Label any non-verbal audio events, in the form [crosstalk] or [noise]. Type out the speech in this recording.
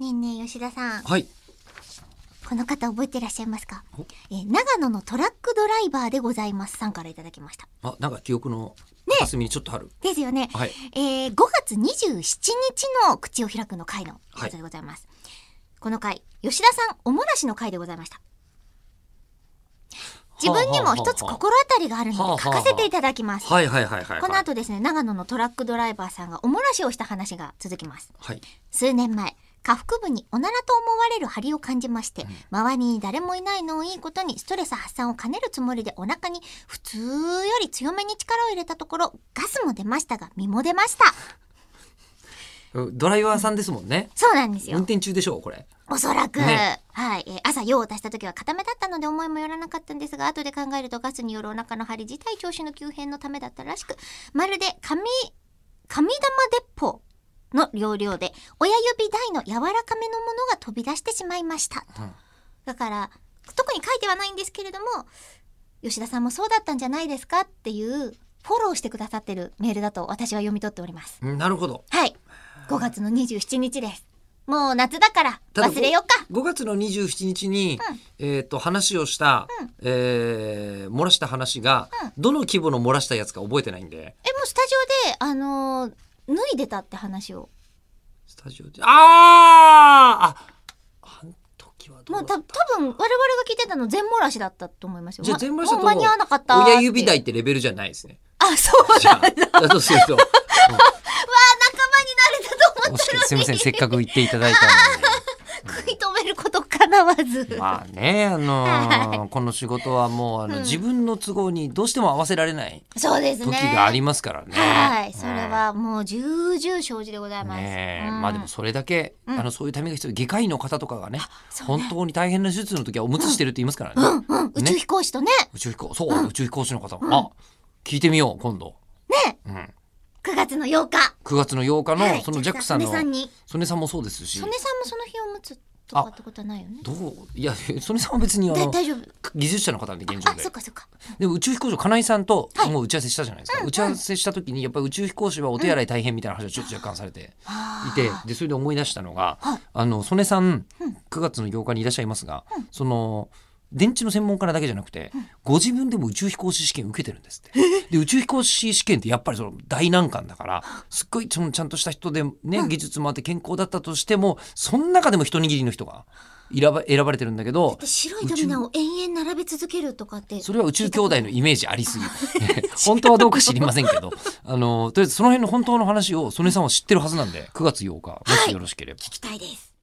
ねえねえ吉田さんはい。この方覚えてらっしゃいますかお、えー長野のトラックドライバーでございますさんからいただきましたあ、なんか記憶の隅にちょっとある。ですよね、はい。えー5月27日の口を開くの回のことでございます、この回吉田さんおもらしの回でございました自分にも一つ心当たりがあるので書かせていただきますはいはいはいはい。この。後ですね長野のトラックドライバーさんがおもらしをした話が続きますはい。数年前下腹部におならと思われる張りを感じまして、周りに誰もいないのをいいことにストレス発散を兼ねるつもりでお腹に普通より強めに力を入れたところガスも出ましたが身も出ましたドライバーさんですもんね。そうなんです運よ転中でしょうこれ。おそらく、ねはい、えー朝用を足した時は固めだったので思いもよらなかったんですが後で考えるとガスによるお腹の張り自体調子の急変のためだったらしくまるで紙神玉鉄砲の要領で親指大の柔らかめのものが飛び出してしまいましたうんだから特に書いてはないんですけれども吉田さんもそうだったんじゃないですかっていうフォローしてくださってるメールだと私は読み取っておりますうんなるほど。はい5月の27日ですもう夏だからただ忘れようか5月の27日に、えっ、と、話をした、えー漏らした話が、どの規模の漏らしたやつか覚えてないんで、えもうスタジオであのー脱いでたって話をスタジオで、あーああの時はどもうだうったた多分我々が聞いてたの全漏らしだったと思いますよじゃあま全部したもとう間に合わなかった親指だ台ってレベルじゃないですね。あそうじだゃ仲間にあ、 [laughs] だとすると。なれたと思もっしたのかしにてすみません、せっかく言っていただいた食い止めることかなわず、のに。まあね、あのーこの仕事はもうあの、うん自分の都合にどうしても合わせられないそうです時ねがありますからね。はい、うんそれはもう重々承知でございます。ねえうんまあでもそれだけ、うんあのそういうためが必要で外科医の方とかがねそうね本当に大変な手術の時はおむつしてるって言いますからね、うんうん、宇宙飛行士とね、宇宙飛行そう、宇宙飛行士の方、あ聞いてみよう今度、ね、うん、 9月の8日。 9月の8日の、はいそのジャックささんんの。の曽根さんに。曽根さんもそうですし曽根さんもその日を持つとかってことはないよね。どういや曽根さんは別にあだの大丈夫。技術者の方なんで現状あ、でそっかそっか。でも宇宙飛行士の金井さんとはいもう打ち合わせしたじゃないですか、うんうん打ち合わせした時にやっぱり宇宙飛行士はお手洗い大変みたいな話をちょっと若干されていて、あでそれで思い出したのが、はいあの曽根さんうん9月の8日にいらっしゃいますが、うんその電池の専門家なだけじゃなくて、ご自分でも宇宙飛行士試験受けてるんですって。で宇宙飛行士試験ってやっぱりその大難関だからすっごいそのちゃんとした人でね、技術もあって健康だったとしてもその中でも一握りの人が選ば選ばれてるんだけどー。で白いドミナを延々並べ続けるとかって。それは宇宙兄弟のイメージありすぎる [laughs] 本当はどうか知りませんけどあのとりあえずその辺の本当の話を曽根さんは知ってるはずなんで9月8日もしよろしければ、聞きたいです。